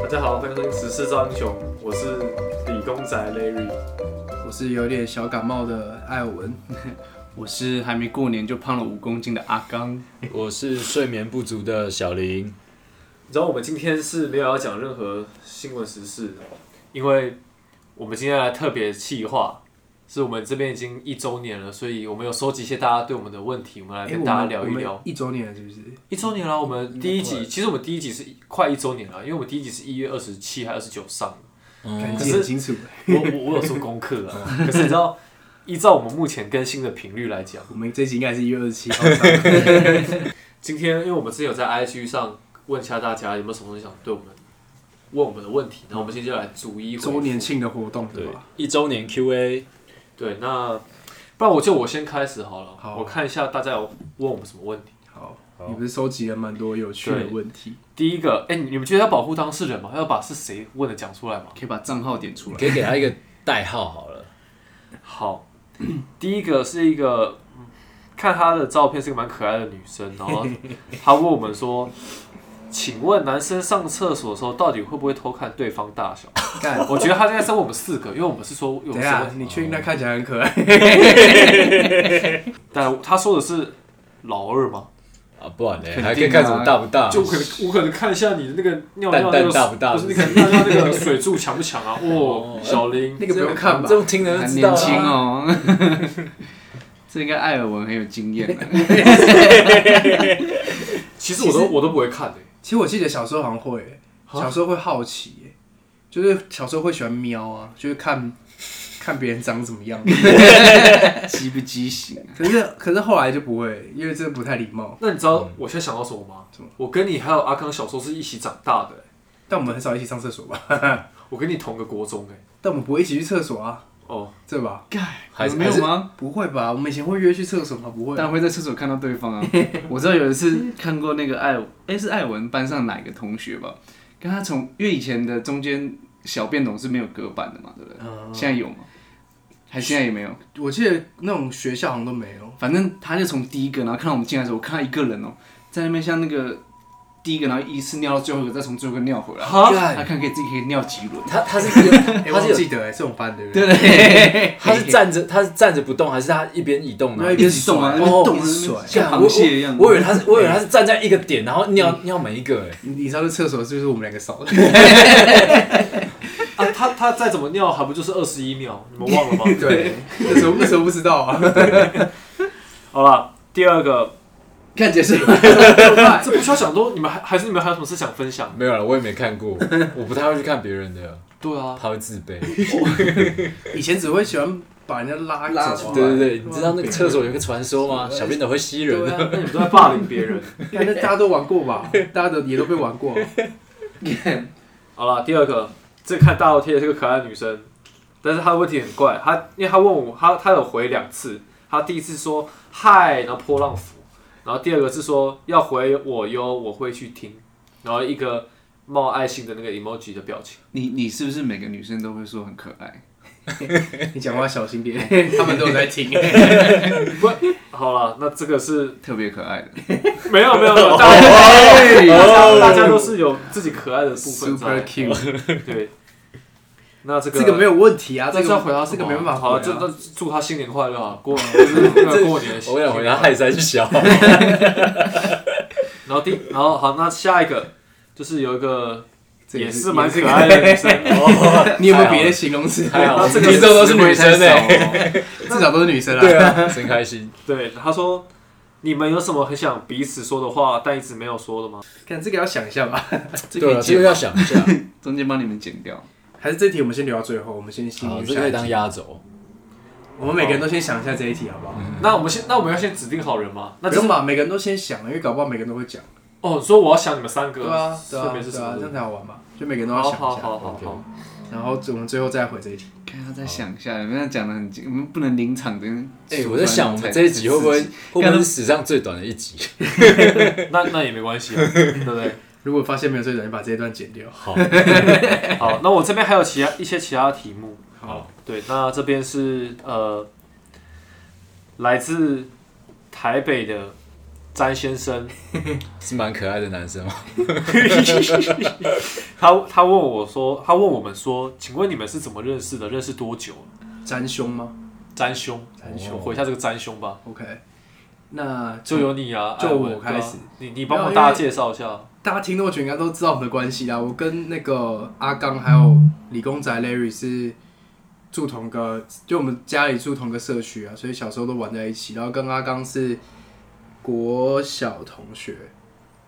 大家好，欢迎收听《十四招英雄》，我是理工仔 Larry。我是有点小感冒的艾尔文， 我是还没过年就胖了五公斤的阿刚，我是睡眠不足的小林，你知道我们今天是没有要讲任何新闻时事的，因为我们今天来特别企划，是我们这边已经一周年了，所以我们有收集一些大家对我们的问题，我们来哎跟大家聊一我聊们。一周年了是不是？一周年了，我们第一嗯集，快其实我们第一集是快一周年了，因为我们第一集是一月二十七还二十九上的。嗯感可觉是很清楚。我欸我我有做功课 啊，可是你知道，依照我们目前更新的频率来讲，我们这集应该是一月二十七号上，今天因为我们之前有在 IG 上问一下大家有没有什么东西想对我们问我们的问题，然后我们今天就来逐一回复周年庆的活动对吧？一周年 Q&A，对，那不然我就我先开始好了，好我看一下大家有问我们什么问题。好，好你不是收集了蛮多有趣的对问题？第一个，哎、你们觉得要保护当事人吗？要把是谁问的讲出来吗？可以把账号点出来。可以给他一个代号好了。好， 第一个是一个嗯看她的照片是个蛮可爱的女生，然 后她问我们说：“请问男生上厕所的时候到底会不会偷看对方大小 干，？”我觉得她应该是问我们四个，因为我们是说有等一什下么，，你确定他看起来很可爱？ 但她说的是老二吗？啊，不然呢？定啊还可以看什么大不大？就可能我可能看一下你的那个尿尿那蛋个蛋大不大不是那个尿尿那个水柱强不强 啊？哦，小林那个 不用看吧这？么听的还人知道年啊轻哦， 这应该艾尔文很有经验啊 的。其实我都我都不会看的、其实我记得小时候好像会欸，啊小时候会好奇欸，就是小时候会喜欢瞄啊，就是看看别人长怎么样。畸不畸形啊？可是可是后来就不会，因为这不太礼貌。那你知道我现在想嗯到什么吗？我跟你还有阿康小时候是一起长大的、欸但我们很少一起上厕所吧？我跟你同个国中哎、但我们不会一起去厕所啊，哦，对吧？盖还是没有吗？不会吧？我们以前会约去厕所吗？不会。但会在厕所看到对 方啊！我知道有一次看过那个艾，哎、是艾文班上哪个同学吧？跟他从因为以前的中间小便桶是没有隔板的嘛，对不对？嗯现在有吗？还现在也没有。我记得那种学校好像都没有。反正他就从第一个，然后看到我们进来的时候，我看到一个人哦、在那边像那个第一个，然后依次尿到最后一个，再从最后一个尿回来。哈他看可以自己可以尿几 轮，他他是一个，哎 他我是有记得哎，这种班对不对对？不对？他是站着，他是站着不动，还是他一边移动呢没？有一直动啊，一那直边甩动一直甩像我螃蟹一样。嗯我我以为他是，我以为他是站在一个点，然后尿尿每一个。哎，你你知道这厕所就是我们两个扫的，。啊，他他再怎么尿，还不就是二十一秒？你们 忘了吗？对，那时候那时候不知道啊， 好了，第二 个，看解释，这不需要想多，你们还还是你们还有什么事想分享？没有了，我也没看 过，我不太会去看别人的，对啊，他会自卑。以前只会喜欢把人家拉拉走出啊对对对，你知道那个厕所有个传说 吗？小便斗会吸人对。啊，那你们都在霸凌别人。反正大家都玩过吧，大家都也都被玩过。啊 好了，第二个，这看大头贴的这个可爱女生，但是她的问题很怪，她因为她问我，她她有回两次，她第一次说嗨，然后波浪符，然后第二个是说要回我哟，我会去听，然后一个冒爱心的那个 emoji 的表情。你你是不是每个女生都会说很可爱？你讲话小心点， 他们都有在听。好了，那这个是特别 可爱的没有没有没有，大家大家大家都是有自己可爱的部分，super 在。 cute，对，那这个 这个没有问题啊，这这是个要回答这什么个没办法好，回就啊。那祝他新年快乐 啊！过就是那个过年，我想回答。害三小，然后第，然后好，那下一个就是有一个这也也是是蛮可爱的女生， 你有没有别的形容词？太好了，这个这个听众都是女生呢呢。，欸至少都是女生对啊。啊，真开心。对，他说你们有什么很想彼此说的话，但一直没有说的吗？看这个要想一下吧。这对可啊，以这个剪要吗，想一下，嗯中间帮你们剪掉。还是这题我们先留到最后，我们先进好，入这下个一当题。压轴。我们每个人都先想一下这一题，好不好？那我们先，那我们要先指定好人吗？那不就是用吧，每个人都先想，因为搞不好每个人都会讲。哦，说我要想你们三个，对啊，对分啊，别是什对啊，么这？样才好玩嘛。就每个人都要好想好一下，好好 OK 好，然后我们最后再回这一题。看他再想一下，你们要讲的很精，我们不能临场的。哎，我在想，我们这一集会不会会不会是史上最短的一集？ 那那也没关 系啊，对不对？如果发现没有最短，就把这一段剪掉。好，好，那我这边还有其他一些其他题目。好，对，那这边是呃，来自台北的詹先生，是蛮可爱的男生吗？他他问我说，他问我们说，请问你们是怎么认识的？认识多久了？沾胸吗詹兄，詹我回一下这个詹兄吧， ？OK，那就由你啊，就艾文我开始对啊你你帮我大家介绍一下。大家听众群应该都知道我们的关系啦。我跟那个阿刚还有理工仔 Larry 是住同个，就我们家里住同个社区啊，所以小时候都玩在一起。然后跟阿刚是国小同学、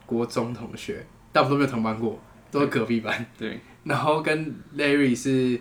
国中同学，但我们都没有同班过，都是隔壁班。对，然后跟 Larry 是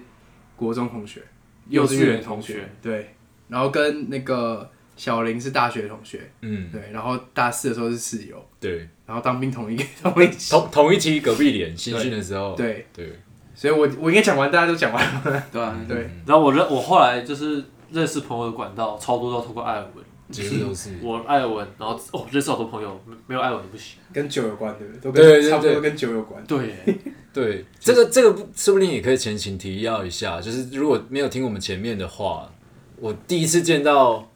国中同学，幼稚园同同学，对。然后跟那个小林是大学同学，嗯，对。然后大四的时候是室友，对，然后当兵同一个同一 起，同同一期隔壁脸新训的时候，对。对，所以我我应该讲完，大家都讲完了。对啊， 嗯对，然后我认我后来就是认识朋友的管道超多都通过艾文，几乎都嗯是。我艾文，然后哦认识好多朋友，没没有艾文也不行。跟酒有关，对不对？都对对对差不多跟酒有关。对耶， 对，这个这个不说不定也可以前情提要一下，就是如果没有听我们前面的话，我第一次见到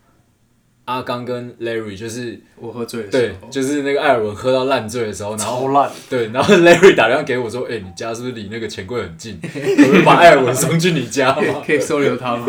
阿刚跟 Larry，就是我喝醉的时对，候，就是那个艾尔文喝到烂醉的时候，然超后烂。对，然后 Larry 打电话给我说：“哎、你家是不是离那个钱柜很近？ 我就把艾尔文送去你家 可以嘛。可以收留他 吗？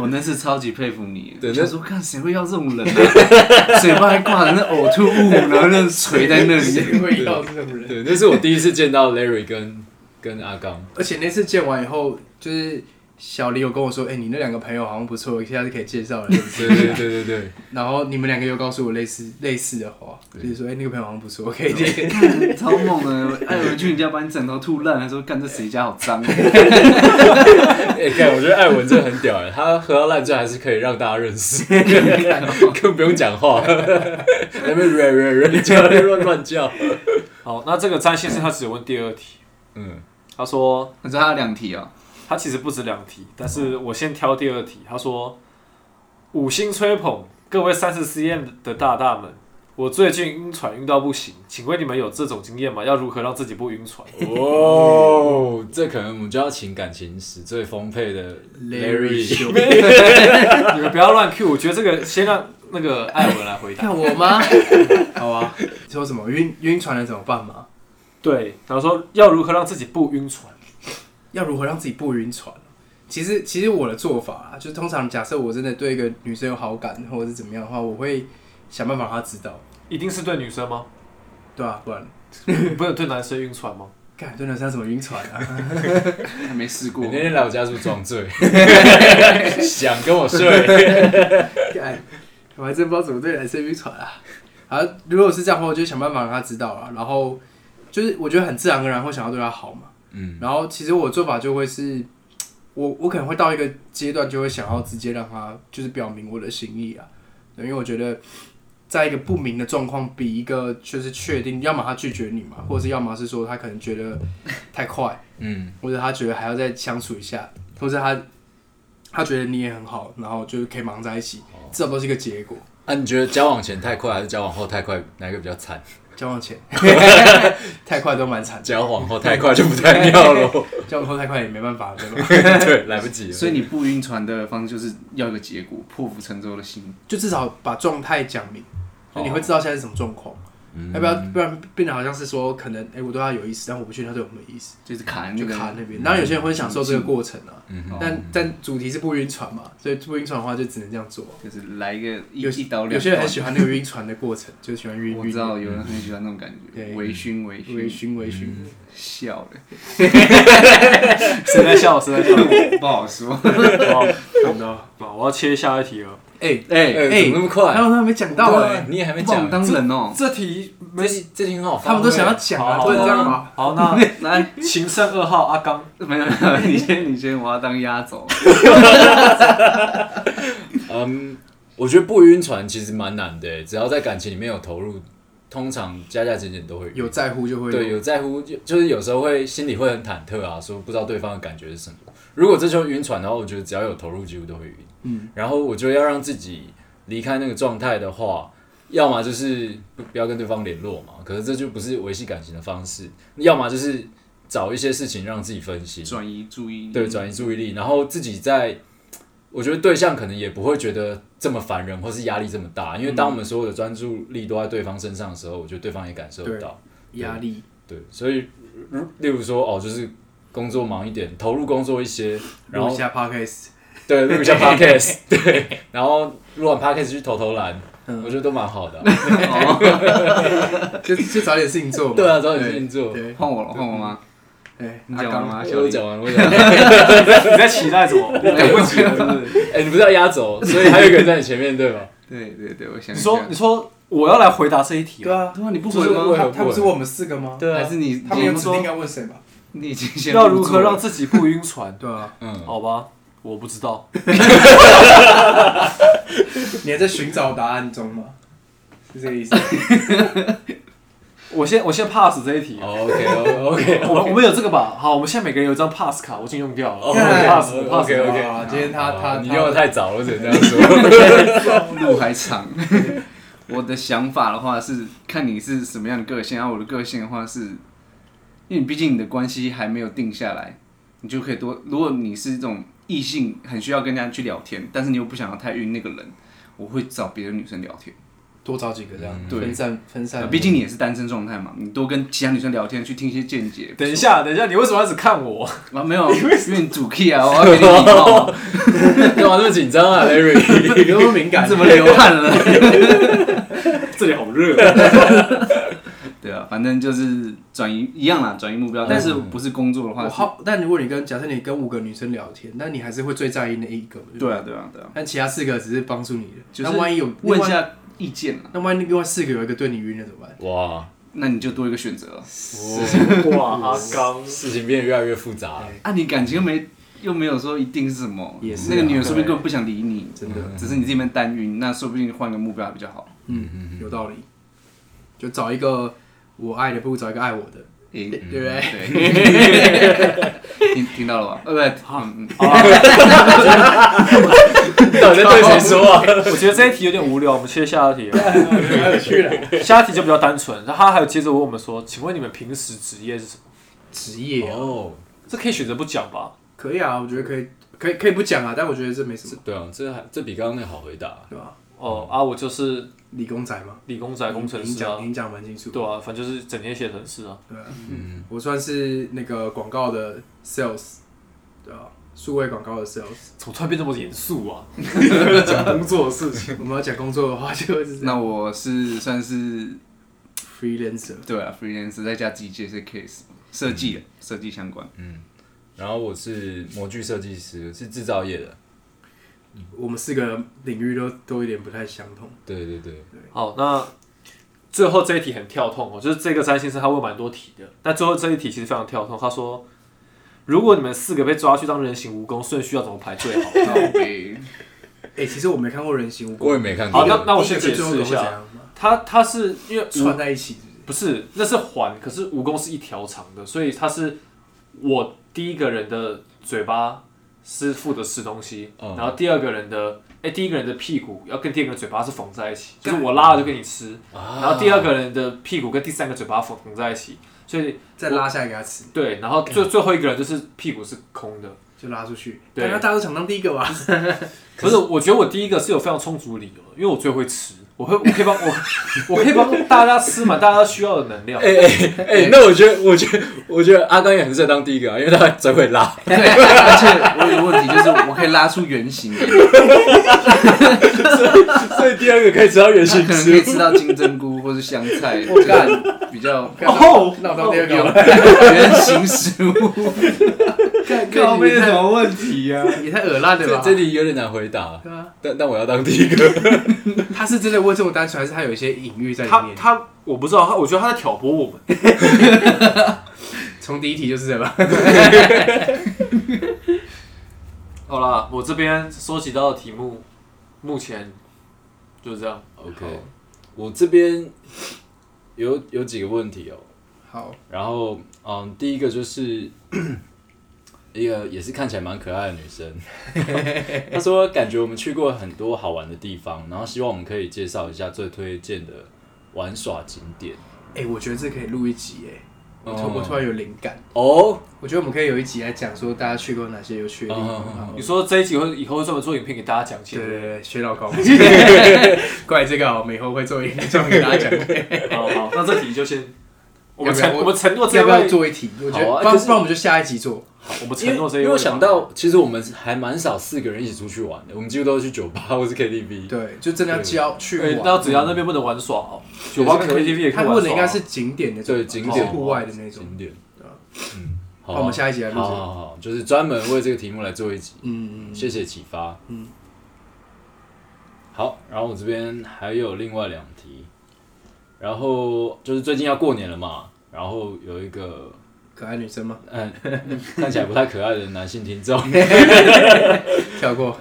我那次超级佩服你，对就说看谁会要这种人啊，嘴巴还挂着那呕吐物，然后那垂在那里，谁会要这种”人？对，那是我第一次见到 Larry 跟跟阿刚。 而且那次见完以后，就是小黎有跟我说：“哎、你那两个朋友好像不错，下次可以介绍人。对对对对 对，”然后你们两个又告诉我类似类似的话，就是说：“哎、那个朋友好像不错，可以介绍。看 超猛的。艾文去你家把你枕头吐烂，还说干这谁家好脏啊，哎、看，我觉得艾文真的很屌哎，他喝到烂醉还是可以让大家认识， 更不用讲话， 那边 瑞瑞瑞叫乱乱叫。好，那这个詹先生他只有问第二题，嗯，他说我说他有两题啊，他其实不止两题，但是我先挑第二题。他说：“五星吹捧各位三十 cm 的大大们，我最近晕船晕到不行，请问你们有这种经验吗？要如何让自己不晕 船哦，这可能我们就要请感情史最丰沛的 Larry Larry。秀，？” 你们不要乱 Q，我觉得这个先让那个艾文来回答。看我吗？好啊，说什么晕晕船了怎么办嘛？对，然后说要如何让自己不晕船。要如何让自己不晕船？啊其实，其实我的做法啊，就是通常假设我真的对一个女生有好感，或者是怎么样的话，我会想办法让她知道，一定是对女生吗？对啊，不然不能对男生晕船吗？干对男生要怎么晕船啊？还 没试过你。那天来我家是不是装醉？ 想跟我睡？干，我还真不知道怎么对男生晕船啊。啊，如果是这样的话，我就想办法让她知道啊，然后就是我觉得很自然而然会想要对她好嘛。嗯，然后其实我的做法就会是，我我可能会到一个阶段，就会想要直接让他就是表明我的心意啊，对因为我觉得在一个不明的状况，比一个就是确定，要么他拒绝你嘛，或者是要么是说他可能觉得太快，嗯，或者他觉得还要再相处一下，或者他他觉得你也很好，然后就是可以忙在一起，这种都是一个结果。啊，你觉得交往前太快还是交往后太快，哪一个比较惨？交往前太快都蛮惨，交往后太快就不太妙 了，交往后太快也没办法，对吧？对，来不及了。所以你不晕船的方式就是要有个结果，破釜沉舟的心。就至少把状态讲明，就你会知道现在是什么状况。嗯要不要？不然变得好像是说，可能哎、诶我对他有意思，但我不确定他对我有没有意思，就是卡在那就个卡那边。当然，有些人会享受这个过程啊，嗯哼但但主题是不晕船嘛，所以不晕船的话就只能这样做。就是来一个一有一刀两断。有些人很喜欢那个晕船的过程，就喜欢晕我晕知道有人很喜欢那种感觉，对微醺微醺微醺微醺。笑了， 谁在笑？谁在笑？不好 说。好看到好，我要切下一题了。哎，哎哎、怎么那么快？啊还有他没讲到哎，你也还没把我们讲，当人哦，这题没这题这题很好发挥，他们都想要讲啊，不能这样嘛。好， 那来，情圣二号阿刚，没有没有，你先你先，我要当压轴。 嗯，我觉得不晕船其实蛮难的欸，只要在感情里面有投入，通常加加减减都会晕有在乎就会对，有在乎，就就是有时候会心里会很忐忑啊，说不知道对方的感觉是什么。如果这就晕船的话，我觉得只要有投入，几乎都会晕。嗯，然后我觉得要让自己离开那个状态的话，要么就是不不要跟对方联络嘛，可是这就不是维系感情的方式；要么就是找一些事情让自己分心，转移注意力，对，转移注意力，然后自己在，我觉得对象可能也不会觉得这么烦人，或是压力这么大。因为当我们所有的专注力都在对方身上的时候，我觉得对方也感受得到。压力，对，所以如例如说哦，就是工作忙一点，投入工作一些，然录后一下 podcast，对，录一下 podcast，对， 然后录完 podcast 去投投篮，嗯我觉得都蛮好的啊、就就找点事情做嘛。对啊，找点事情做。对，换我了，换我吗？哎，你阿讲完刚吗？小我李，讲完了，我讲完了。你在期待什么？我等不 及了，是不是？哎、你不是要压轴，所以还有一个人在你前面对吗？对对对，我 想你一说下你说我要来回答这一题对了，啊，对啊，你不就回是为吗？了他他不是问我们四个吗？对还啊，是你他们有你指定要问谁吧？你已经先要入如座何了让自己不晕船？对啊，嗯，好吧，我不知道。你还在寻找答案中吗？是这个意 思？我先我先 pass 这一题。啊 o k 哦 OK，我们我们有这个吧？好，我们现在每个人有一张 pass 卡，我已经用掉了。哦 pass OK， pass OK，OK 好啊今天他他你他用的太早了，我只能这 样说。路还长。 我的想法的话是看你是什么样的个性，然后我的个性的话是，因为你毕竟你的关系还没有定下来，你就可以多。如果你是一种异性，很需要跟人家去聊天，但是你又不想要太晕那个人，我会找别的女生聊天。多找几个这样，嗯对啊分散分散。毕竟你也是单身状态嘛，你多跟其他女生聊天，去听一些见解。等一下，等一下，你为什么要只看我？啊，没有，因为你主 key 啊，我要给你礼貌，干嘛那么紧张啊，Larry？ 你那么敏感，怎么流汗了？ 这里好热。啊对啊，反正就是转移一样啦，转移目标，但是不是工作的话我是，好，但如果你跟假设你跟五个女生聊天，那你还是会最在意那一个嘛，不对啊，对啊，对啊，但其他四个只是帮助你的。就是那万一有问另一，外下意见啦，那万一另外四个有一个对你晕了怎么办？哇，那你就多一个选择了。哇，阿刚，事情变得越来越复杂了。啊，你感情又没又没有说一定是什么，也是啊那个女的说不定根本不想理你，真的，只是你这边单晕，那说不定换个目标还比较好。嗯，有道理。就找一个我爱的，不如找一个爱我的，诶、对不对？嗯对， 听听到了吧？呃，不对，嗯嗯到底在对谁说 啊？我觉得这一题有点无聊，我们切下一题吧。 太有趣了。下一题就比较单纯，然后他还有接着问我们说，请问你们平时职业是什么？职业啊哦，这可以选择不讲吧？可以啊，我觉得可以，可以可以不讲啊，但我觉得这没什么，对啊，这还这比刚刚那好回答。对吧？哦啊，我就是理工仔嘛，理工仔工程您师啊讲，您讲蛮清楚。对啊，反正就是整天写程式啊。对啊，嗯，我算是那个广告的 sales，对啊，数位广告 的 sales。怎么突然变这么严肃啊？讲工作的事情。我们要讲工作的话，就是这样那我是算是 freelancer。对啊，freelancer 再加自己接一些 case 设计的设计相关。然后我是模具设计师，是制造业的。我们四个领域都都有点不太相同。对对对，好，那最后这一题很跳痛哦，就是这个詹先生他问蛮多题的，但最后这一题其实非常跳痛。他说，如果你们四个被抓去当人形蜈蚣，顺序要怎么排最 好？靠背哎、其实我没看过人形蜈我也蚣，没看过。好，那那我先第一解个最后释一会怎下，样吗他他是因为串在一起是不是不是，那是环，可是蜈蚣是一条长的，所以它是我第一个人的嘴巴是负责吃东西，嗯然后第二个人的，哎、第一个人的屁股要跟第二个人嘴巴是缝在一起，就是我拉了就给你吃，啊然后第二个人的屁股跟第三个嘴巴缝缝在一起，所以再拉下来给他吃，对，然后最最后一个人就是屁股是空的，就拉出去。对对，那大家都想当第一个吧？啊可是我觉得我第一个是有非常充足的理由，因为我最会吃。我会，我可以帮我，我可以帮大家吃满大家需要的能量。哎哎哎，那我觉得，我觉得，我觉得阿刚也很适合当第一个啊，因为他最会拉。 对，而且我有个问题就是，我可以拉出圆形 给你， 所以第二个可以吃到原他形可能可以吃。吃到金针菇或是香菜，我干就是比较哦， 那我当第二有个吧。圆形食物。干 靠背也太什么问题呀、啊也太恶烂了这吧？这题有点难回答，对啊，但但我要当第一个。他是真的问这么单纯，还是他有一些隐喻在里他面？他，我不知道，他我觉得他在挑拨我们。从第一题就是这吧？好啦，我这边收集到的题目，目前就是这样。 OK，我这边有有几个问题哦。 好，然后，嗯，第一个就是 一个也是看起来蛮可爱的女 生，她说感觉我们去过很多好玩的地方，然后希望我们可以介绍一下最推荐的玩耍景点。哎、我觉得这可以录一集哎、我突我突然有灵感，哦，我觉得我们可以有一集来讲说大家去过哪些有趣的地嗯嗯嗯方。你说这一集会以后会专门做影片给大家讲解哦对，对对，学老 高，怪这个哦，我们以后会做一专门给大家讲。好好，那这题就先我们要不要承我我们承诺这 要一不要位，做一题？我觉得，好啊不然可是不然我们就下一集做。我们因承为诺这一因位。为我想到，其实我们还蛮少四个人一起出去玩的，我们几乎都是去酒吧或是 KTV。对，啊就真的要教去哎，玩。那只要那边不能玩耍哦，酒吧跟可以 KTV 也可他以玩耍。问的应该是景点那种吧，啊对，景点就是户外的那种。景点对啊。嗯，好啊，那我们下一集来录好这个好好，就是专门为这个题目来做一集，嗯，嗯谢谢启发。嗯，好，然后我这边还有另外两题，然后就是最近要过年了嘛，然后有一个可爱女生吗？嗯 看起来不太可爱的男性听众， 跳过。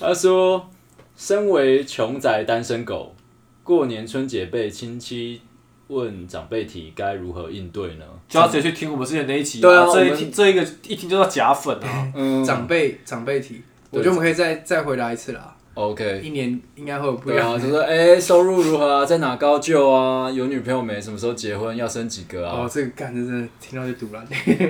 他说：“身为穷宅单身狗，过年春节被亲戚问长辈提，该如何应对呢就要直接去听我们之前那一集、对啊这我一们听这一个一听就叫假粉啊，嗯长辈长辈题，我觉得我们可以再再回答一次啦。？”OK，一年应该会有不一对样啊，的就说哎、收入如何啊，在哪高就啊，有女朋友没？什么时候结婚？要生几个啊哦，？这个干这真的听到就堵了，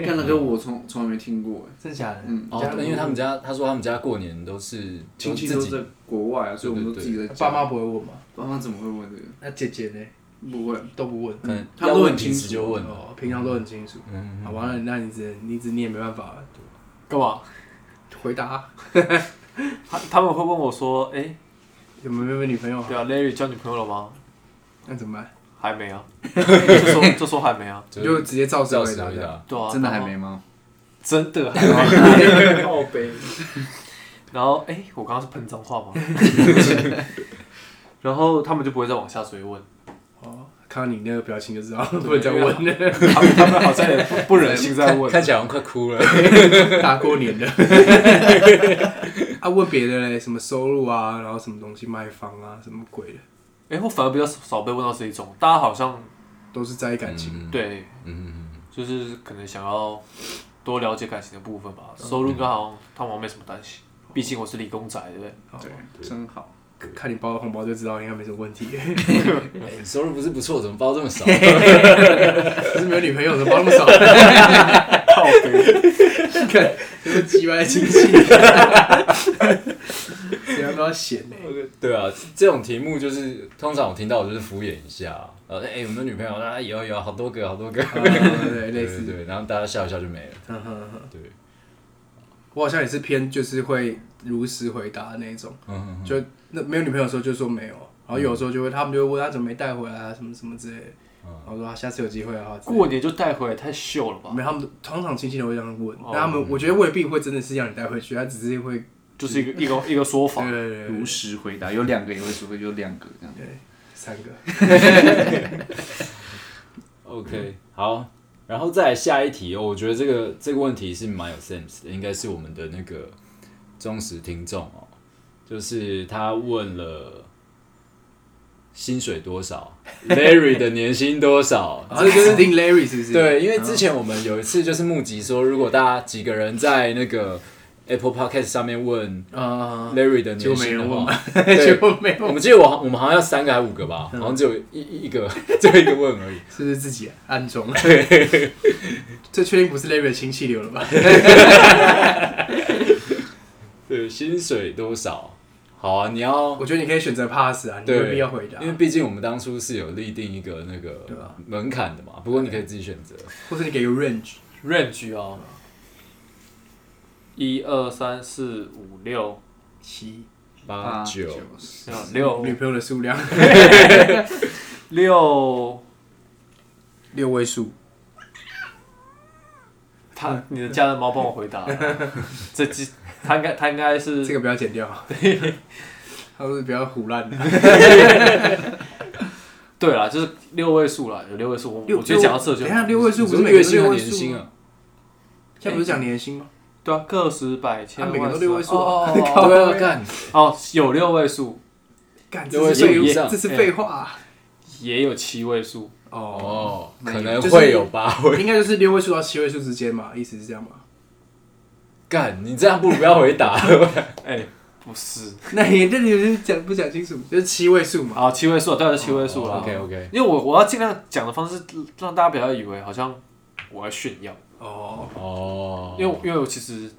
看那个我从从来没听过哎，真假的？嗯哦，对因为他们家，他说他们家过年都是亲戚都都自己在国外啊，所以我们都自己在家爸妈，不会问吗？爸妈怎么会问这个？那姐姐呢？不会，都不问，可能他们要都问很几清楚次就问了。哦，平常都很清楚。嗯，好，完了，那你只能你只你也没办法了干嘛？回答啊，他他们会问我说，哎、有没有女朋友啊？对啊，Larry 交女朋友了吗？那怎么办？还没啊，就说就说还没啊，就你就直接照照着实回答回这样。答。对啊，真的还然后没，吗？真的还没，靠背， 然后哎、我刚刚是喷脏话吗？ 然后他们就不会再往下追问，哦，看到你那个表情就知道不能再问了，他们他们好像也不不忍心再问，看起来好像快哭了。 大过年的。啊，问别的嘞，什么收入啊，然后什么东西卖房啊，什么鬼的，哎、我反而比较少被问到这一种，大家好像都是在意感情。嗯，对，嗯，嗯就是可能想要多了解感情的部分吧，收入刚好他们好像没什么担心，毕竟我是理工仔，对不对？哦对，真好。看你包的红包就知道应该没什么问题， 嗯哎收入不是不错，怎么包这么少？可是没有女朋友的包那么少，靠北 看有个鸡歪亲戚， 谁要不要闲呢？对啊，这种题目就是通常我听到的就是敷衍一下，呃，哎、有没有女朋友？啊，有有，好多个，好多个，啊对，类对似对，对，然后大家笑一笑就没了。嗯哼哼对，我好像也是偏就是会如实回答的那一种。嗯，就那没有女朋友的时候就说没有，然后有的时候就会他们就会问他怎么没带回来啊，什么什么之类的。嗯然后说他下次有机会啊，过年就带回来，太秀了吧？没有他们通常亲戚都会这样问，哦但他们我觉得未必会真的是让你带回去，他只是会就是一个一个一个说哦法对。对对嗯如对实回答，有两个也会说，有两个这样。对三个啊 OK，好，然后再来下一题哦。我觉得这个这个问题是蛮有 sense 的，应该是我们的那个忠实听众哦，就是他问了薪水多 少，Larry 的年薪多少。啊啊，这就是 Ding Larry 是不是？对，因为之前我们有一次就是募集说，如果大家几个人在那个 Apple Podcast 上面问啊， Larry 的结果年没嗯薪的人问话嘛，， 结果没我有，们记得我我们好像要三个还是五个吧，好像只有一一一个 只有一个问而已。是不是自己暗中？ 这确定不是 Larry 的亲戚留了吧？对，薪水多少？好啊，你要我觉得你可以选择 pass 啊，你对未必要回答因，为毕竟我们当初是有立定一个那个对啊门槛的嘛。不过你可以自己选择。或是你给个 range， range 哦，一二三四五六，七八九，没有六女朋友的数量六，六位数。他你的家人猫帮我回答， 这几他应该他应该是这个不要 剪掉，他说不要胡乱啊的。对啦，就是六位数啦，有六位数，我我觉得讲到这就等一下六位数你不说是每个月都薪六和位年数薪吗？啊？现在不是讲年薪吗？对啊，个十百千啊万每十个万，都六位数哦哦 哦对啊，干，哦哦，有六位数，干，六位这数是以废上这是废话啊。也有七位数，哦，哦，那可你能就是会有八位。 应该就是六位数到七位数之间嘛，意思是这样嘛？干，你这样不如不要回答。 哎，不是， 那你那你就是讲不讲清楚？就是七位数嘛。好，七位数，当然是七位数哦啦。 OK OK，因为我我要尽量讲的方式，让大家不要以为好像我在炫耀，哦，哦，因为因为我其实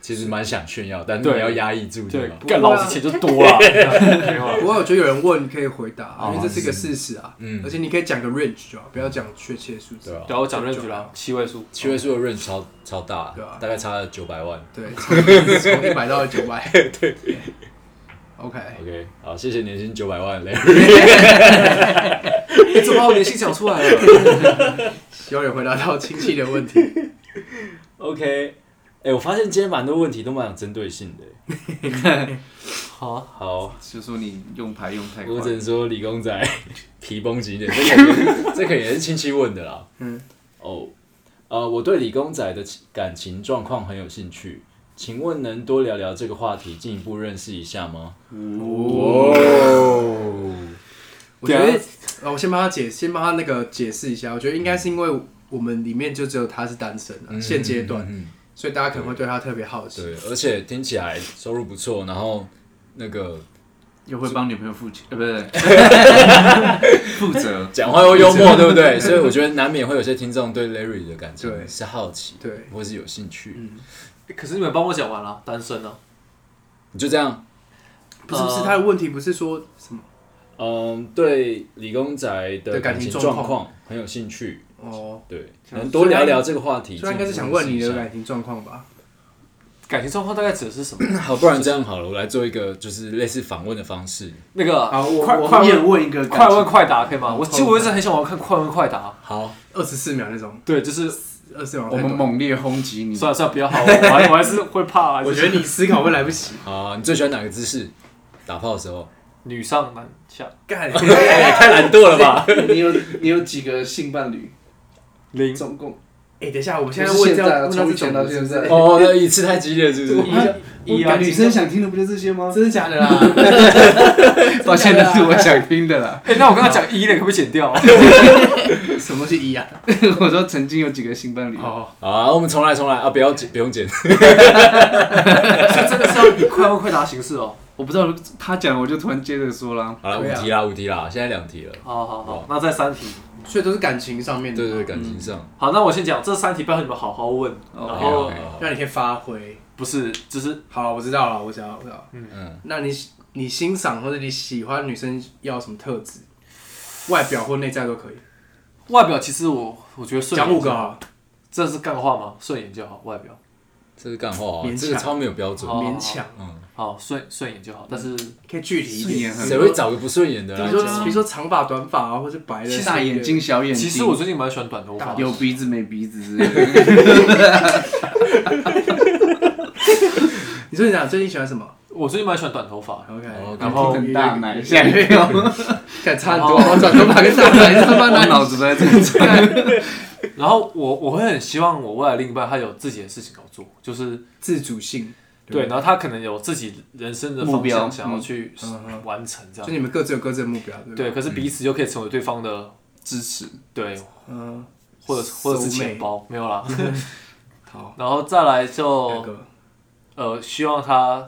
其实蛮想炫耀，但是对你要压抑住，对啊对吧？，干老子钱就多 了，没有啦不过我觉得有人问可以回答，哦因为这是个事实啊。嗯而且你可以讲个 range 就好，不要讲确切数字对。吧？对啊，我讲 range 啦，七位数，七位数的 range 超超大对啊，大概差了九百万。对，从一百到九百。对。OK， OK，好，谢谢年薪九百万嘞。你怎么把我年薪讲出来了？希望有回答到亲戚的问题。 OK，哎、我发现今天蛮多问题都蛮有针对性的。 好，啊好，就说你用牌用太快我，只能说理工仔皮绷紧一点，这 个这个也是亲戚问的啦。嗯，哦，呃，我对理工仔的情感情状况很有兴趣，请问能多聊聊这个话题，进一步认识一下吗？哦，我觉得对啊，呃我先帮他解，先帮他那个解释一下。我觉得应该是因为我们里面就只有他是单身啊，现阶段，嗯，嗯嗯所以大家可能会对他特别好奇。对，而且听起来收入不错，然后那个又会帮女朋友付钱，呃，不是负责。讲话又幽默，对 不对？所以我觉得难免会有些听众对 Larry 的感对情是好奇，对，嗯或是有兴趣。可是你们帮我讲完了，单身呢？你就这样，不是不是，呃他的问题不是说什么嗯，对理工宅的对感感情情状状况很有兴趣，哦，对，想能多聊聊这个话题。所以他应该是想问你的感情状况吧？感情状况大概指的是什 么？好，不然这样好了，我来做一个就是类似访问的方式。那个好，啊我快快我也问问一个感快情问快答可以吗？我其实快问我一直很想要看快问快答，好，二十四秒那种，对，就是二十四秒我太们短。猛烈轰击你，算了算了，不 要好，我还我还是会怕啊。我觉得你思考会来不及。好，你最喜欢哪个姿势？打炮的时候？女上男下干，哎，太懒惰了吧？ 你有你有几个性伴侣？零，总共哎，等一下，我们现在不是问这现在啊样，问到从这以前种到的现是在不是 哦，那一次太激烈是不是？一啊感女生想听的不就这些吗？哎真的假的啦？抱歉，那是我想听的啦。 哎，那我刚刚讲一的，可不可以剪掉？什么是一啊？我说曾经有几个性伴侣，哦，好啊，我们重来重来啊！不要剪，不用剪。这 真的是要以快问快答形式哦。我不知道他讲，我就突然接着说啦。好了，对啊五题啦，五题啦，现在两题了。好好好，那再三题。所以都是感情上面的，对对，，感情上。好，那我先讲这三题，拜托你们好好问。哦啊然后 OK，OK 让你可以发挥。不是，就是好，我知道了，我知道，我知道。嗯，那你你欣赏或者你喜欢女生要什么特质？外表或内在都可以。外表，其实我我觉得顺眼讲就五好个，啊，这是干话吗？顺眼就好，外表这是干话啊勉，强这个超没有标准好。勉强嗯，好顺顺眼就好，但是可以具体一哦顺眼点。很谁会找个不顺眼的啊比来如说讲？比如说长发、短发啊，或者白的。大眼睛、小嗯眼睛，其实我最近蛮喜欢短头发的，有鼻子没鼻子之类的。你说你讲最近喜欢什么我最近蛮喜欢短头发的。 ？OK，哦然后很大奶，下一个，敢差很多，我转头发跟大奶他妈我奶。脑子都在正转。然后我我会很希望我未来另一半他有自己的事情要做，就是 自主性，对，然后他可能有自己人生的目方标向想要嗯去嗯哼完成这就样。你们各自有各自的目标，对不对？对，可是彼此又可以成为对方的支持，对，嗯，或者是或者是 Soulmate 钱包没有啦。嗯 好，然后再来那就个呃，希望他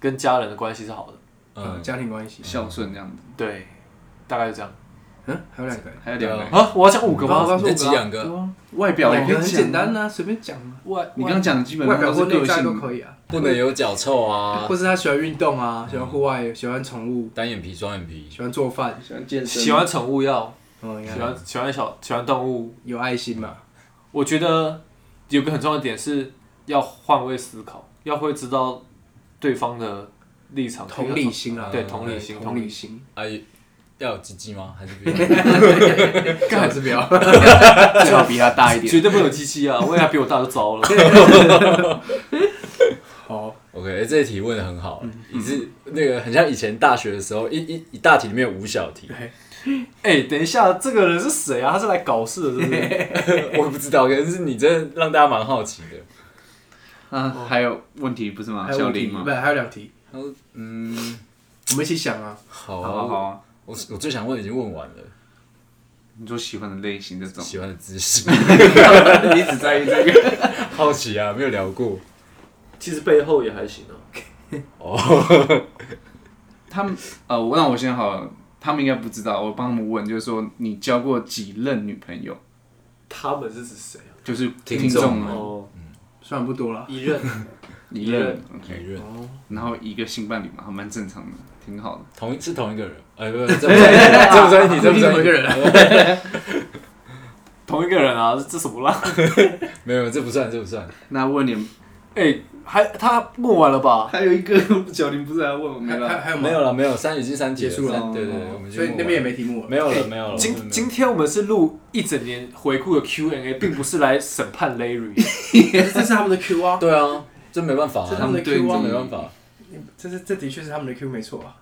跟家人的关系是好的。嗯，呃家庭关系，孝顺这样子。对，大概就这样。嗯，还有两个，还有两个，啊，我要讲五个我刚吗？嗯刚你说再五挤个两啊，个，外表也两可以个讲很简单啊，随便讲啊，外你刚刚讲的基本外上表都或是内个在都性，可以啊，不能有脚臭啊，或是他喜欢运动啊，喜欢户外，喜欢宠物，单眼皮、双眼皮。喜欢做饭，喜欢健身，喜欢宠物要嗯，你喜看欢喜欢小喜欢动物，有爱心嘛，我觉得有个很重要的点是要换位思考，要会知道对方的立场。同理心啊，哦对同理心，同理心，哎，要有鸡鸡吗？还是不要？干还是不要，最好比他大 一点。绝对不能有鸡鸡啊！未来比我大就糟 了。好， OK，哎这一题问的很好，也是那个很像以前大学的时候，一一一大题里面有五小题，哎、等一下，这个人是谁啊？他是来搞事的，是不是？ 我也不知道，可能是你真的让大家蛮好奇的。啊，还有问题不是吗？还有小五题，林不吗？还有两题，他说：“嗯，我们一起想啊，好好好啊，好啊，我我最想问已经问完了，你说喜欢的类型这种，喜欢的姿势， 你只在意这个。好奇啊，没有聊过。哦其实背后也还行啊。他们呃，我那我先好了，他们应该不知道，我帮他们问，就是说你交过几任女朋友？他们是指谁啊？就是听听众众们们哦，虽然不多啦。一任一任每，OK，日然后一个性伴侣嘛，还蛮正常的，挺好的。同一是同一个人，哎，不，不这不算，这不算你，这不算同一个人人，同一个人啊，这什么啦？ 没有，这不算，这不算。那问你，哎、还他问完了吧？ 还有一个 小林不是还问我还还还有吗没有？了，没有，三已经三题结束了三对对对，我们所以那边也没题目了。没有哎了，没有了。今今天我们是录一整年回顾的 Q&A，并不是来审判 Larry。这是他们的 Q 啊，对啊，这没办法这是啊他，们的对 Q 这啊你没，办法。 这是这的确是他们的 Q 没错啊。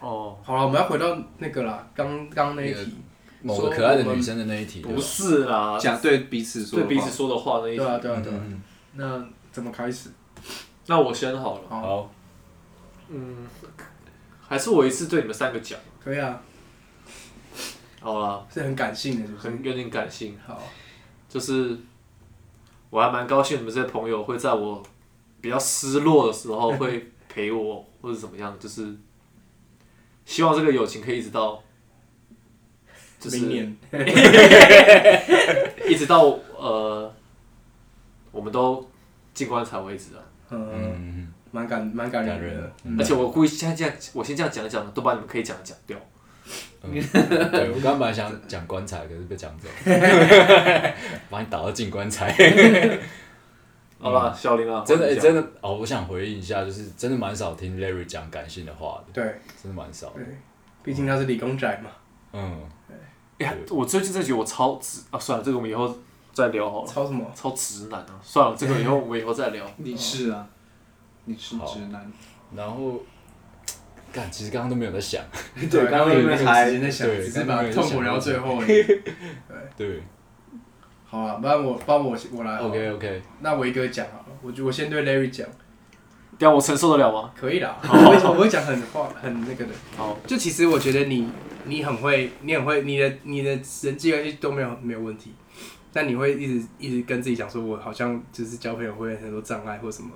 哦，好了，我们要回到那个啦，刚刚那一题，某个可爱的女生的那一题，对吧不是啦，讲对彼此说对的话，彼此说的话那一对题。啊对啊对啊。嗯那怎么开始？那我先好了，嗯好，好，嗯，还是我一次对你们三个讲。可以啊，好啦，是很感性的，是不是？很有点感性，好，就是我还蛮高兴你们这些朋友会在我比较失落的时候会陪我，或者怎么样，就是希望这个友情可以一直到，就是明年一直到呃，我们都进棺材为止啊。嗯，嗯，蛮感蛮感感人人的。。嗯而且我故意现在这样，我先这样讲一讲，都把你们可以讲的讲掉。嗯对我刚本来想讲棺材，可是被讲走，把你打到进棺材。好吧，小林啊，真的，换哎你讲真的哦，我想回应一下，就是真的蛮少听 Larry 讲感性的话的，对真的蛮少的。对，毕竟他是理工仔嘛。嗯，哎呀我最近这局我超直啊，算了，这个我们以后再聊好了。抄 什么？超直男啊！算了，这个以后我们以后再 聊。你是啊，你是好直男，然后，干，其实刚刚都没有在想，啊刚有那个时间在想，对只是刚刚把有痛苦聊最后而已。对好啊，不然我帮我我来好了。啊，OK OK，那我一个讲好了，我就我先对 Larry 讲，这样我承受得了吗？可以啦， 我会我会讲很话很那个的。好，就其实我觉得你你很会，你很会，你的你的人际关系都没有没有问题，但你会一直一直跟自己讲说，我好像就是交朋友会有很多障碍或什么，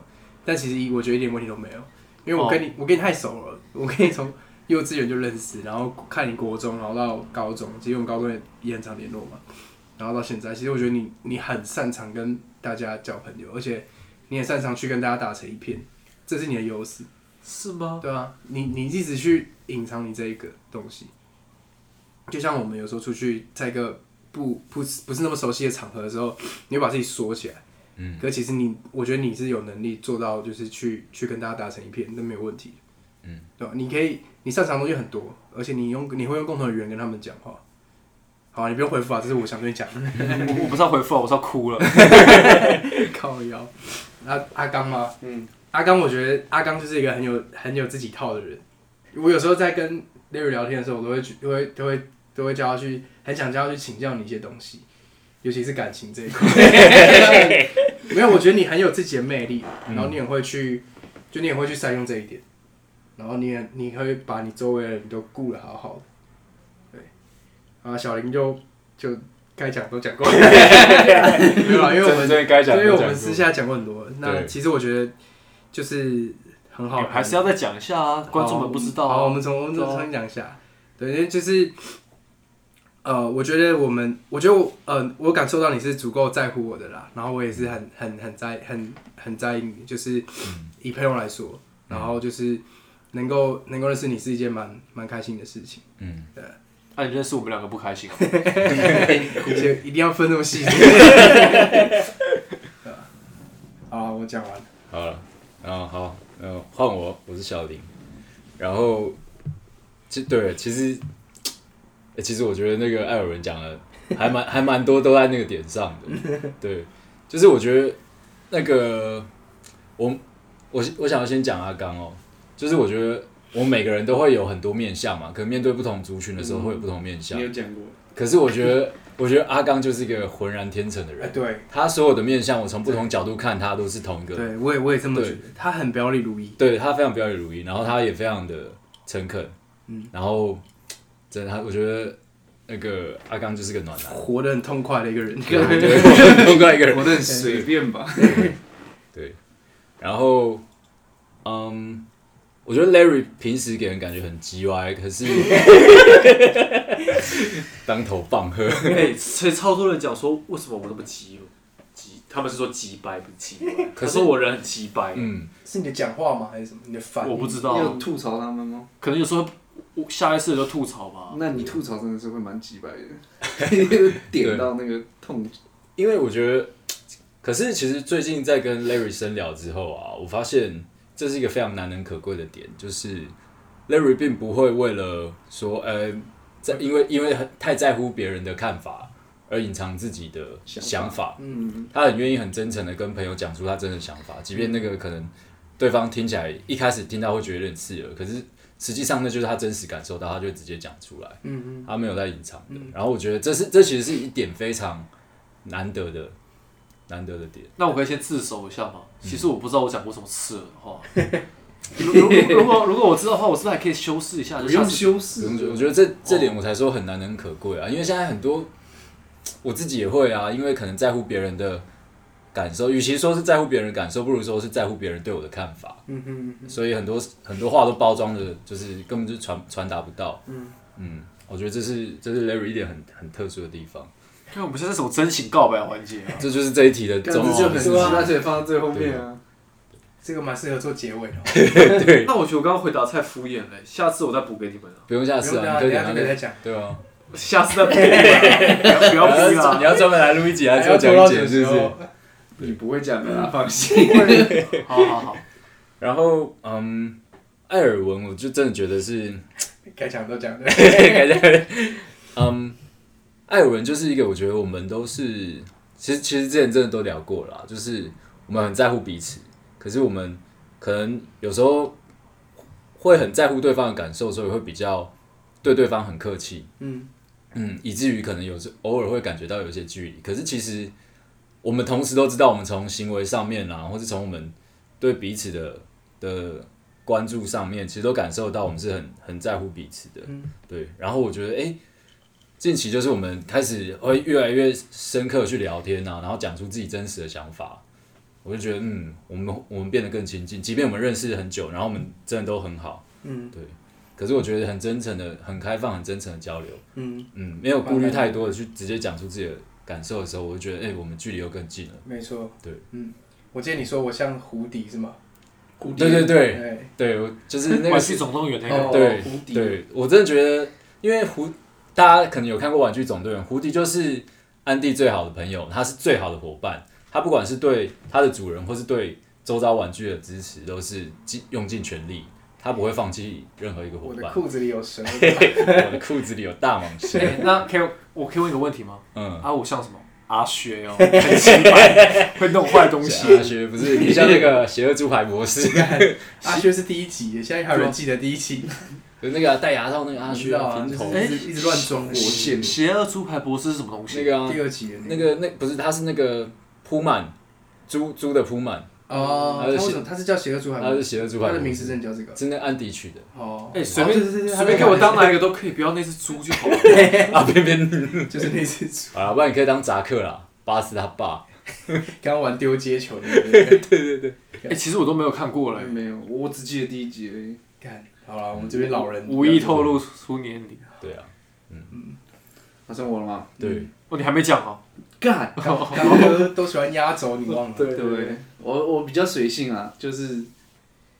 但其实我觉得一点问题都没有，因为我跟你、我跟你太熟了，我跟你从幼稚园就认识，然后看你国中，然后到高中，其实我们高中也也很常联络嘛，然后到现在，其实我觉得你你很擅长跟大家交朋友，而且你也擅长去跟大家打成一片，这是你的优势。是吗？对啊，你你一直去隐藏你这一个东西，就像我们有时候出去在一个不不不是那么熟悉的场合的时候，你会把自己缩起来。嗯，可其实你，我觉得你是有能力做到，就是去去跟大家打成一片，那没有问题。嗯，对吧？你可以，你擅长的东西很多，而且你用你会用共同的语言跟他们讲话。好、啊，你不用回复啊，这是我想跟你讲的。 我我不是要回复啊，我是要哭了。靠腰。啊阿阿刚吗？嗯，阿刚，我觉得阿刚就是一个很有很有自己套的人。我有时候在跟 Larry 聊天的时候，我都会去，都会都会都会叫他去，很想叫他去请教你一些东西，尤其是感情这一块。 没有，我觉得你很有自己的魅力，然后你很会去，就你也会去善用这一点，然后你也你会把你周围的人都顾得好好的。对，啊，小林就就该讲都讲 过了，没有啦，因为我们真的该讲所的以都我讲们过私下讲过很多。那对其实我觉得就是很好哎看，还是要再讲一下啊，观众们不知道好，我啊。们从我们对啊重新讲一下。对，因为就是呃，我觉得我们，我觉得我，呃，我感受到你是足够在乎我的啦。然后我也嗯是很很很在很很在意你，就是以朋友来说，然后就是能够能够认识你是一件蛮蛮开心的事 情。嗯，那哎你认识我们两个不开心啊？而且一定要分那么细。啊，好我讲完了。好了，嗯，好，嗯，换我，我是小林，然后，其对，其实，欸其实我觉得那个艾尔文讲的还蛮 还蛮多都在那个点上的，对，就是我觉得那个我我我想要先讲阿刚哦，就是我觉得我们每个人都会有很多面相嘛，可能面对不同族群的时候会有不同面相，嗯你有讲过，可是我觉得我觉得阿刚就是一个浑然天成的哎，人，对，他所有的面相我从不同角度看他都是同一个对，我也我也这么觉对得，他很表里如一。对他非常表里如一，然后他也非常的诚恳，嗯，然后真的他，我觉得那个阿刚就是个暖 男，活得很痛快的一个人。对我觉 得我很痛快一个人，我的很随便吧？然后嗯，我觉得 Larry 平时给人感觉很叽歪，可是当头棒喝， 哎，所以超多人讲说，为什么我那么急哦？急，他们是说急掰，不是急歪。可可是是我人很急掰，嗯嗯，是你的讲话吗？还是什么？你的反应？我不知你有道，啊吐槽他们吗？可能有时候我下意识地就吐槽吧。那你吐槽真的是会蛮鸡掰 的，点到那个痛。因为我觉得，可是其实最近在跟 Larry 深聊之后啊，我发现这是一个非常难能可贵的点，就是 Larry 并不会为了说，呃，在因为因为太在乎别人的看法而隐藏自己的想法想法，嗯，他很愿意很真诚的跟朋友讲出他真的想法，即便那个可能对方听起来一开始听到会觉得有点刺耳，可是实际上那就是他真实感受到，他就直接讲出来，嗯嗯，他没有在隐藏的。嗯然后我觉得这是这其实是一点非常难得的难得的点，那我可以先自首一下吗？嗯其实我不知道我讲过什么刺耳的 话。如如如果如果我知道的话，我是不是还可以修饰一下？不就用下次修饰，啊我觉得哦这这点我才说很难能可贵啊，因为现在很多我自己也会啊，因为可能在乎别人的感受，与其说是在乎别人的感受，不如说是在乎别人对我的看法。嗯嗯所以很多很多话都包装的，就是根本就传传达不到。嗯嗯，我觉得这是这是 Larry 一点很很特殊的地方，因为我们现在是什么真情告白环节啊？这就是这一题的干重这就要很的鸡事对啊情。掰，所以放到最后面啊。这个蛮适合做结尾的哦。那我觉得我刚刚回答太敷衍了，下次我再补给你 们啊，不用下不次用啊，等你可以一下就给给他他讲。对啊，下次再补给你们啊，不要不要你要逼你啦。要专门来录一集，还是哎要要拖讲到一什么节，是时不是候？？嗯你不会讲的啦，放心。好好好，然后嗯，艾尔文，我就真的觉得是， 该讲都讲的。感觉嗯，艾尔文就是一个我觉得我们都是，其实其实之前真的都聊过了啦，就是我们很在乎彼此，可是我们可能有时候会很在乎对方的感受，所以会比较对对方很客气，嗯嗯，以至于可能有时偶尔会感觉到有一些距离。可是其实我们同时都知道，我们从行为上面啊，或是从我们对彼此的的关注上面，其实都感受到我们是很很在乎彼此的。嗯对，然后我觉得，哎、近期就是我们开始会越来越深刻地去聊天啊，然后讲出自己真实的想法。我就觉得，嗯，我们我们变得更亲近，即便我们认识很久，然后我们真的都很好，嗯可是我觉得很真诚的、很开放、很真诚的交流，嗯，嗯，没有顾虑太多的去直接讲出自己的感受的时候，我就觉得，哎、我们距离又更近了。没错。对，嗯，我记得你说我像胡迪是吗？蝴对对对对，对，我就是那 玩个具总动员那个哦对蝴蝶对，我真的觉得，因为胡大家可能有看过《玩具总动员》，胡迪就是安迪最好的朋友，他是最好的伙伴，他不管是对他的主人或是对周遭玩具的支持，都是尽用尽全力，他不会放弃任何一个伙我的伴。裤子里有蛇。我的裤子里有大蟒蛇，哎那可以，我可以问一个问题吗？嗯，啊，我像什么？阿薛哦，很奇怪，会弄坏东 西。啊阿学不是你像那个邪恶猪排博士，阿薛是第一集耶，现在还有人记得第一集。有那个戴牙套那个阿薛我知道啊平头就，是一直一直乱装火箭，邪恶猪排博士是什么东那西？个啊第二集的那个那不是他是那个铺满猪猪的铺满，哦，他他是为什么他是叫邪恶猪还他是是？邪恶猪他排的博士，名字真的叫这个？是那安迪取的。哦，哎，随便哦对对对随便给我当哪一个都可以，不要那只猪就好 了。啊，偏偏 就是那只猪啊，不然你可以当扎克啦，巴斯他爸。刚玩丢接球的那个。哎，其实我都没有看过嘞，没有，我只记得第一集而已。干，好了，我们这边老人无意透露出年龄。对啊，好像我了吗？对，哦，你还没讲哦。干，刚哥都喜欢压轴，你忘了？对不对，我我比较随性啊，就是。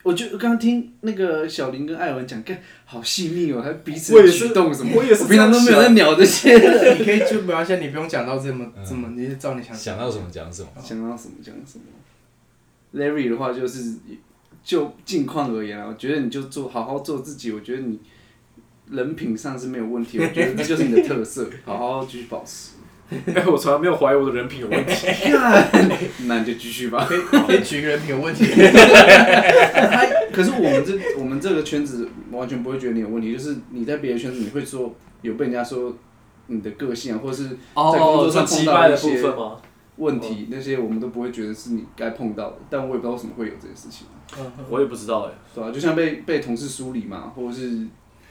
我就刚刚听那个小林跟艾文讲，干好细腻哦，他彼此我也是举动什么，我也是平常都没有在鸟这些。你可以就没关系，你不用讲到这么这么，你就照你想。想到什么讲什么。想到什么讲什么。Larry 的话就是，就近况而言啊，我觉得你就做好好做自己，我觉得你人品上是没有问题，我觉得这就是你的特色，好好继续保持。哎，我从来没有怀疑我的人品有问 题。那你就继续吧。可以可哎以举一个人品有问题。他可是我们这 我们这个圈子完全不会觉得你有问题，就是你在别的圈子你会说有被人家说你的个性啊，或者是哦在工作上击碰到败一的部些分吗？问哦题，那些我们都不会觉得是你该碰到的，但我也不知道为什么会有这些事情，啊我也不知道哎。对啊，就像被被同事梳理嘛，或者是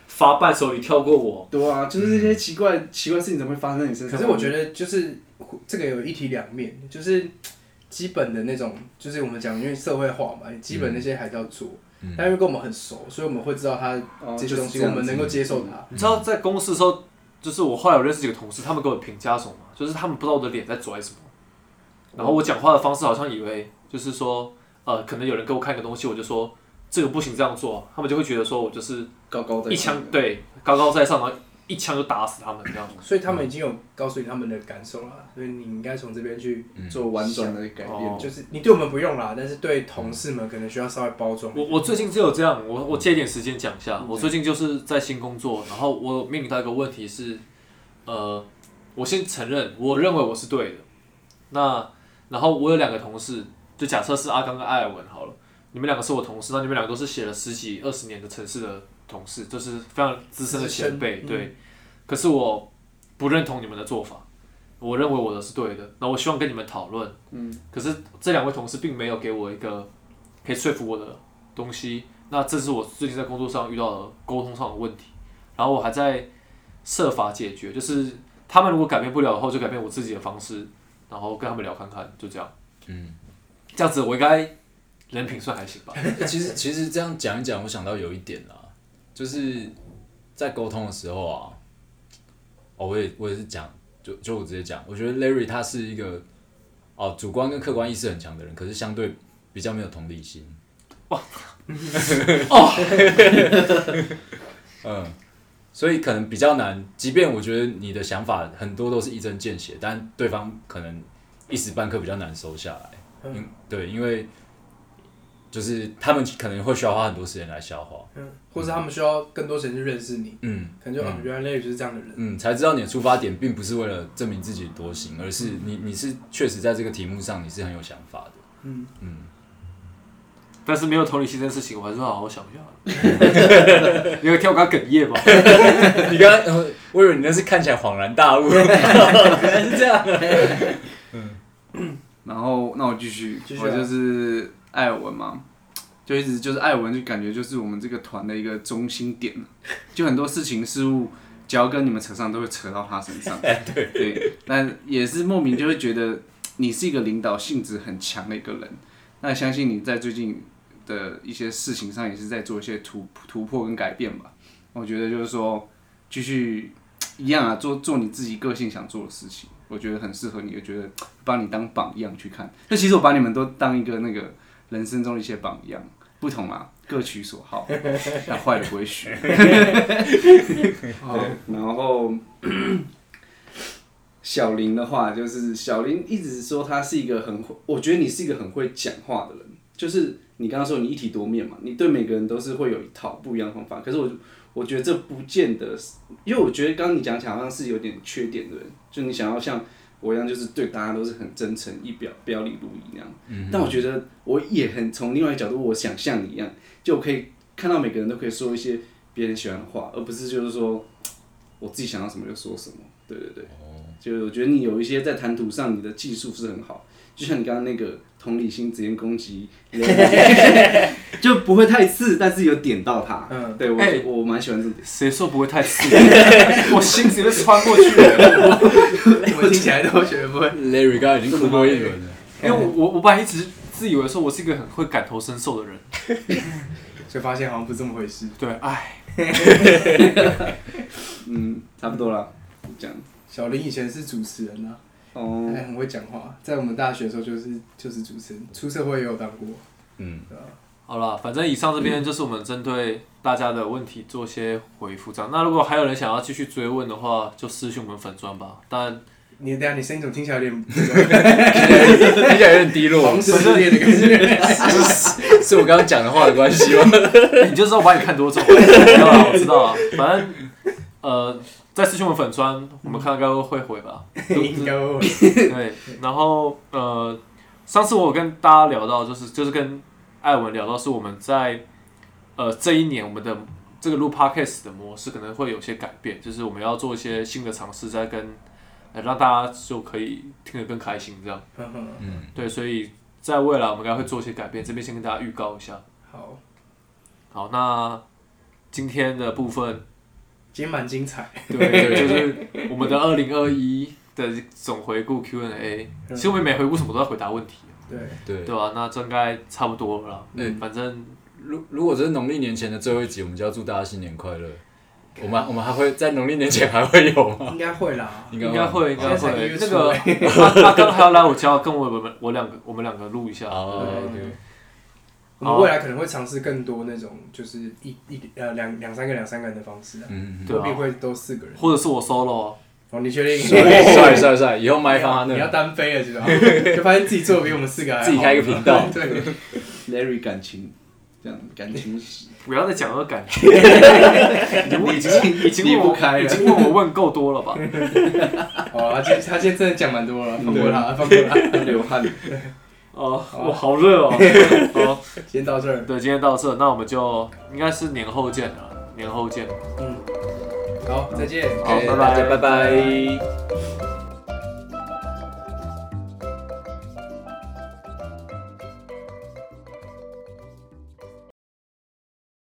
发伴手礼跳过我，对啊，就是这些奇怪、奇怪事情怎么会发生在你身可上？是我觉得就是这个有一体两面，就是基本的那种，就是我们讲因为社会化嘛，基本那些还是要做。但因为跟我们很熟，所以我们会知道他哦这些东西，我们能够接受它。 你知道在公司的时候，就是我后来有认识几个同事，他们给我评价什么吗，就是他们不知道我的脸在拽什么，然后我讲话的方式好像以为就是说，呃，可能有人给我看一个东西，我就说这个不行这样做，他们就会觉得说我就是高高一枪对高高在上，然后一枪就打死他们这样。所以他们已经有告诉你他们的感受了，所以你应该从这边去，做婉转的改变。哦就是你对我们不用啦，但是对同事们可能需要稍微包装。我我最近只有这样，我我借一点时间讲一下。我最近就是在新工作，然后我面临到一个问题是，呃，我先承认，我认为我是对的。那然后我有两个同事，就假设是阿刚跟艾尔文好了，你们两个是我同事，那你们两个都是写了十几二十年的城市的同事，就是非常资深的前辈，资深嗯对。可是我不认同你们的做法，我认为我的是对的，那我希望跟你们讨论。嗯。可是这两位同事并没有给我一个可以说服我的东西。那这是我最近在工作上遇到的沟通上的问题，然后我还在设法解决，就是他们如果改变不了的话，就改变我自己的方式，然后跟他们聊看看，就这样。嗯，这样子我应该人品算还行吧？ 其实其实这样讲一讲，我想到有一点啦，就是在沟通的时候啊，哦，我也我也是讲，就就我直接讲，我觉得 Larry 他是一个哦主观跟客观意识很强的人，可是相对比较没有同理心。哇 哦，嗯，所以可能比较难。即便我觉得你的想法很多都是一针见血，但对方可能一时半刻比较难收下来。因对，因为就是他们可能会需要花很多时间来消化，嗯，或者他们需要更多时间去认识你，嗯可能就、哦，原来类就是这样的人。嗯，才知道你的出发点并不是为了证明自己多行，而是你嗯你是确实在这个题目上你是很有想法的，嗯嗯， 但是没有同理心这件事情，我还是好好想一下。你有听我刚哽咽吗？你刚刚、呃我以为你那是看起来恍然大 悟，原来是这样，然后那我继续，继续啊我就是艾尔文嘛，就一直就是艾尔文，就感觉就是我们这个团的一个中心点，就很多事情事物，只要跟你们扯上，都会扯到他 身上。对对，但也是莫名就会觉得你是一个领导性质很强的一个人。那相信你在最近的一些事情上，也是在做一些突突破跟改变吧。我觉得就是说，继续一样啊，做做你自己个性想做的事情，我觉得很适合你，我觉得把你当榜样去看。就其实我把你们都当一个那个人生中的一些榜样，不同啊，各取所好，那坏的不会学。好，然后 小林的话就是小林一直说他是一个很会，我觉得你是一个很会讲话的人，就是你刚刚说你一体多面嘛，你对每个人都是会有一套不一样的方法，可是我。我觉得这不见得是，因为我觉得刚刚你讲起来好像是有点缺点的人，就你想要像我一样，就是对大家都是很真诚，一表表里如一那样。但我觉得我也很从另外一个角度，我想像你一样，就我可以看到每个人都可以说一些别人喜欢的话，而不是就是说我自己想要什么就说什么。对对对，就是我觉得你有一些在谈吐上，你的技术是很好，就像你刚刚那个同理心直接攻击， 就不会太刺，但是有点到他。嗯对我、哎我蛮喜欢这种。谁说不会太刺激？我心直接穿过去了。 我听起来都觉得不会。 ，Larry 刚刚已经哭过一轮了，因为我我我本来一直自以为说我是一个很会感同身受的人，就发现好像不是这么回事。对，哎，嗯，差不多了，就这样。小林以前是主持人啊，哦、他很会讲话，在我们大学的时候就是就是主持人，出社会也有当过。嗯， 好了，反正以上这边就是我们针对大家的问题做些回复，这样。那如果还有人想要继续追问的话，就私信我们粉砖吧。但你等一下你声音怎么听起来有点听起来有点低落 黄，色烈的感觉？是是我刚刚讲的话的关系吗？ 你就知道我把你看多重，没有啦，我知道了。反正呃，在私信我们粉砖，我们看应该会回吧。应该会。对，然后呃，上次我有跟大家聊到，就是就是跟艾文聊到，是我们在呃这一年我们的这个录 podcast 的模式可能会有些改变，就是我们要做一些新的尝试，再跟、呃、让大家就可以听得更开心这样。嗯哼对，所以在未来我们应该会做一些改变，这边先跟大家预告一下。好，好，那今天的部分，今天蛮精彩。对，就是我们的二零二一的总回顾 Q&A。其实我们每回顾什么都在回答问题。对，对，对吧？那这应该差不多了啦。嗯，反正如如果这是农历年前的最后一集，我们就要祝大家新年快乐。我们我们还会在农历年前还会有吗？应该会啦。应该会，应该现在才一会月。那个初阿阿刚还要来我家，跟我们我两个我们两个录一下。哦对，OK，我们未来可能会尝试更多那种，就是一一呃两两三个两三个人的方式啊，嗯，对未啊必会都四个人。或者是我 solo 啊哦，你确定？ 帅帅帅，以后买房他你 要那单飞了，知道吗？就发现自己做的比我们四个还好啊自己开一个频道 对， Larry 感情，这样感情史，不要再讲那个感觉，你已经已经离问不我开已了。经问我问够多了吧？哦，他今他今天真的讲蛮多了，放过他，放过他。流汗，哦，我好热哦。哦，先到这儿，对，今天到这，那我们就应该是年后见了，年后见。嗯，好，再见。好， OK，拜大拜家拜拜。